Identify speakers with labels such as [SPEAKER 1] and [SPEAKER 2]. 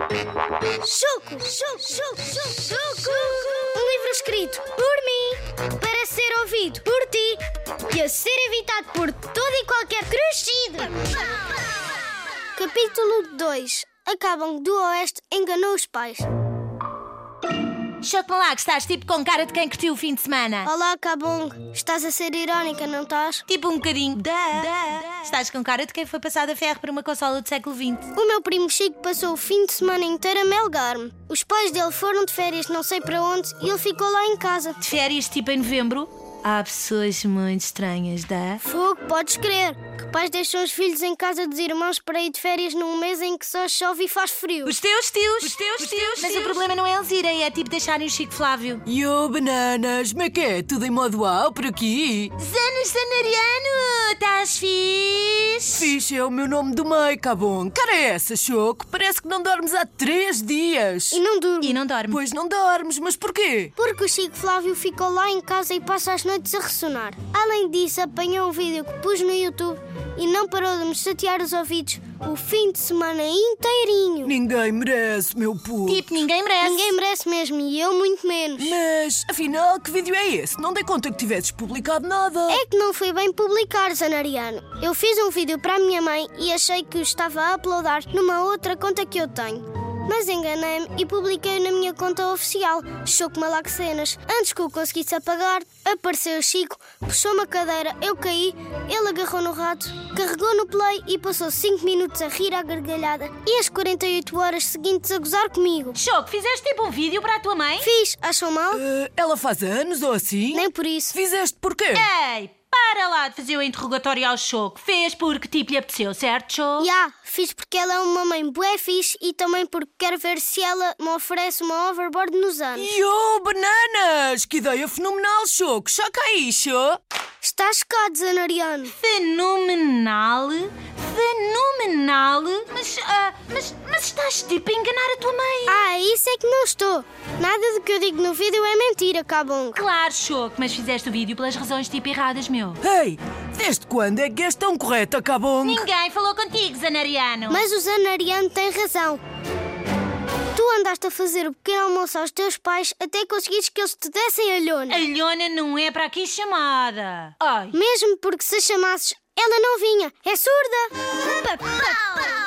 [SPEAKER 1] Chuco, chuco, chuco, chuco, chuco. Um livro escrito por mim, para ser ouvido por ti e a ser evitado por todo e qualquer crescido. Capítulo 2. Acabam do Oeste enganou os pais.
[SPEAKER 2] Chuta lá que estás tipo com cara de quem curtiu o fim de semana.
[SPEAKER 1] Olá, Cabong. Estás a ser irónica, não estás?
[SPEAKER 2] Tipo um bocadinho. Estás com cara de quem foi passado a ferro por uma consola do século XX.
[SPEAKER 1] O meu primo Chico passou o fim de semana inteiro a melgar-me. Os pais dele foram de férias não sei para onde e ele ficou lá em casa.
[SPEAKER 2] De férias tipo em novembro. Há pessoas muito estranhas, dá?
[SPEAKER 1] Fogo, podes crer que pais deixam os filhos em casa dos irmãos para ir de férias num mês em que só chove e faz frio.
[SPEAKER 2] Os teus tios. Os teus tios. Mas o problema não é eles irem, é tipo deixarem o Chico Flávio.
[SPEAKER 3] Yo, bananas, como é que é? Tudo em modo uau por aqui?
[SPEAKER 2] Zanos Sanariano, estás fixe?
[SPEAKER 3] Fixe é o meu nome do meio, cabum. Cara é essa, Choco? Parece que não dormes há três dias.
[SPEAKER 1] E não durmo.
[SPEAKER 2] E não dorme.
[SPEAKER 3] Pois não dormes, mas porquê?
[SPEAKER 1] Porque o Chico Flávio ficou lá em casa e passa as noites a ressonar. Além disso, apanhou um vídeo que pus no YouTube e não parou de me chatear os ouvidos o fim de semana inteirinho.
[SPEAKER 3] Ninguém merece, meu puto.
[SPEAKER 2] Tipo, ninguém merece.
[SPEAKER 1] Ninguém merece mesmo e eu muito menos.
[SPEAKER 3] Mas, afinal, que vídeo é esse? Não dei conta que tivesses publicado nada.
[SPEAKER 1] É que não foi bem publicar, Zanariano. Eu fiz um vídeo para a minha mãe e achei que o estava a uploadar numa outra conta que eu tenho. Mas enganei-me e publiquei na minha conta oficial, Choco Malaxenas. Antes que eu conseguisse apagar, apareceu o Chico, puxou-me a cadeira, eu caí, ele agarrou no rato, carregou no play e passou 5 minutos a rir à gargalhada e as 48 horas seguintes a gozar comigo.
[SPEAKER 2] Choco, fizeste tipo um vídeo para a tua mãe?
[SPEAKER 1] Fiz, achou mal?
[SPEAKER 3] Eh, ela faz anos ou assim?
[SPEAKER 1] Nem É- por isso.
[SPEAKER 3] Fizeste porquê?
[SPEAKER 2] Ei, para lá de fazer o interrogatório ao Choco. Fez porque tipo lhe apeteceu, certo, Choco?
[SPEAKER 1] Já, fiz porque ela é uma mãe bué fixe e também porque quero ver se ela me oferece uma overboard nos anos.
[SPEAKER 3] Yo, bananas! Que ideia fenomenal, Choco! Choca aí, Choco!
[SPEAKER 1] Está chocado, Zanariano.
[SPEAKER 2] Fenomenal, fenomenal. Mas, ah, mas, mas estás tipo a enganar a tua mãe.
[SPEAKER 1] Ah, isso é que não estou. Nada do que eu digo no vídeo é mentira, Cabong.
[SPEAKER 2] Claro, Choco, mas fizeste o vídeo pelas razões tipo erradas, meu.
[SPEAKER 3] Ei, desde quando é que és tão correta, Cabong?
[SPEAKER 2] Ninguém falou contigo, Zanariano.
[SPEAKER 1] Mas o Zanariano tem razão. Tu andaste a fazer o pequeno almoço aos teus pais até conseguires que eles te dessem a
[SPEAKER 2] A
[SPEAKER 1] lhona.
[SPEAKER 2] Lhona não é para aqui chamada. Ai,
[SPEAKER 1] Mesmo porque se a chamasses, ela não vinha. É surda.